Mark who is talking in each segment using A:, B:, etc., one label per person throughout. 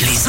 A: Les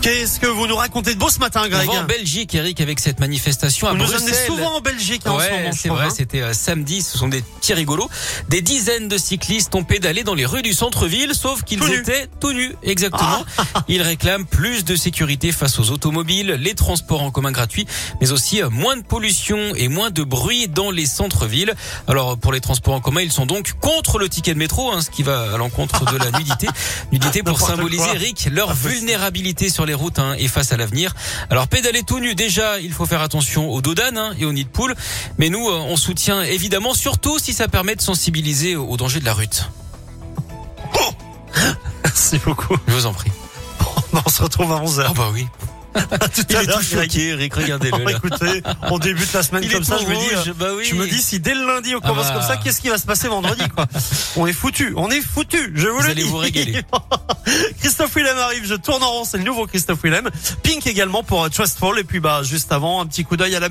B: Qu'est-ce que vous nous racontez de beau ce matin, Greg
C: On va en Belgique, Eric, avec cette manifestation à
B: On nous en
C: Bruxelles.
B: est souvent en Belgique hein, en ce
C: Ouais,
B: moment. je
C: c'est
B: crois,
C: vrai,
B: hein.
C: c'était euh, samedi, ce sont des petits rigolos. Des dizaines de cyclistes ont pédalé dans les rues du centre-ville, sauf qu'ils
B: Tout nus. Ah.
C: étaient tout nus, exactement. Ils réclament plus de sécurité face aux automobiles, les transports en commun gratuits, mais aussi euh, moins de pollution et moins de bruit dans les centres-villes. Alors, pour les transports en commun, ils sont donc contre le ticket de métro, hein, ce qui va à l'encontre de la nudité. Nudité pour
B: N'importe
C: symboliser,
B: quoi. Ah,
C: Eric, leur
B: possible.
C: vulnérabilité sur les routes hein, et face à l'avenir. Alors pédaler tout nu, déjà, il faut faire attention aux dos d'âne hein, et aux nids de poule. Mais nous, euh, on soutient évidemment, surtout si ça permet de sensibiliser au au danger de la rute.
B: Merci beaucoup.
C: Je vous en prie.
B: On se retrouve à 11h.
C: Ah bah oui. Il est tout choqué, Eric, regardez-le.
B: Bon,
C: là.
B: écoutez, on débute la semaine
C: Il est
B: comme ça,
C: tout
B: je me dis,
C: rouge,
B: je,
C: bah oui.
B: je me dis si dès le lundi on
C: Ah
B: commence
C: bah.
B: comme ça, qu'est-ce qui va se passer vendredi quoi On est foutu, on est foutu, je vous,
C: Vous
B: le
C: allez
B: dis.
C: vous régaler.
B: Christophe Willem arrive, je tourne en rond, c'est le nouveau Christophe Willem. Pink également pour euh, Trustful et puis bah juste avant un petit coup d'œil à la